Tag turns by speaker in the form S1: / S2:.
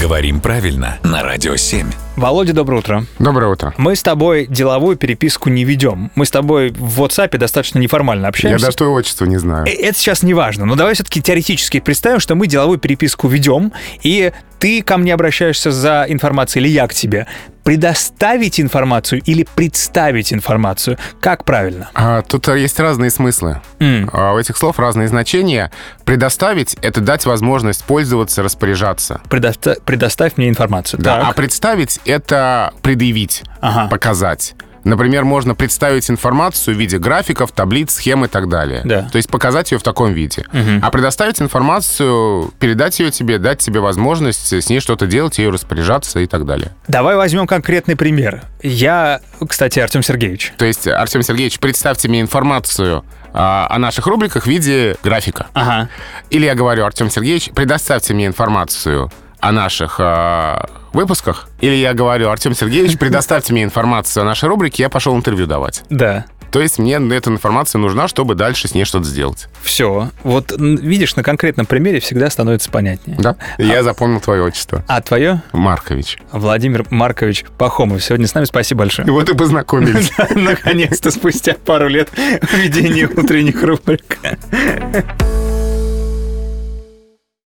S1: Говорим правильно на Радио 7.
S2: Володя, доброе утро.
S3: Доброе утро.
S2: Мы с тобой деловую переписку не ведем. Мы с тобой в WhatsApp достаточно неформально
S3: Я
S2: общаемся.
S3: даже твое отчество не знаю.
S2: Э, Это сейчас не важно, но давай все-таки теоретически представим, что мы деловую переписку ведем, и ты ко мне обращаешься за информацией, или я к тебе. Предоставить информацию или представить информацию? Как правильно?
S3: А, тут а, есть разные смыслы.
S2: М,
S3: А, у этих слов разные значения. Предоставить — это дать возможность пользоваться, распоряжаться.
S2: предоста- предоставь мне информацию.
S3: Да. А
S2: Так.
S3: представить — это предъявить,
S2: Ага.
S3: показать. Например, можно представить информацию в виде графиков, таблиц, схем и так далее.
S2: Да.
S3: То есть показать ее в таком виде. А предоставить информацию, передать ее тебе, дать тебе возможность с ней что-то делать, ее распоряжаться и так далее.
S2: Давай возьмем конкретный пример. Я, кстати, Артем Сергеевич.
S3: То есть, Артем Сергеевич, представьте мне информацию а, о наших рубриках в виде графика.
S2: Ага.
S3: Или я говорю, Артем Сергеевич, предоставьте мне информацию о наших а, выпусках. Или я говорю, Артем Сергеевич, предоставьте мне информацию о нашей рубрике, я пошел интервью давать.
S2: Да.
S3: То есть мне эта информация нужна, чтобы дальше с ней что-то сделать.
S2: Все. Вот м, видишь, на конкретном примере всегда становится понятнее.
S3: Да? Я запомнил твое отчество.
S2: А твое?
S3: Маркович.
S2: Владимир Маркович Пахомов. Сегодня с нами. Спасибо большое.
S3: Вот и познакомились.
S2: Наконец-то, спустя пару лет введения утренних рубрик.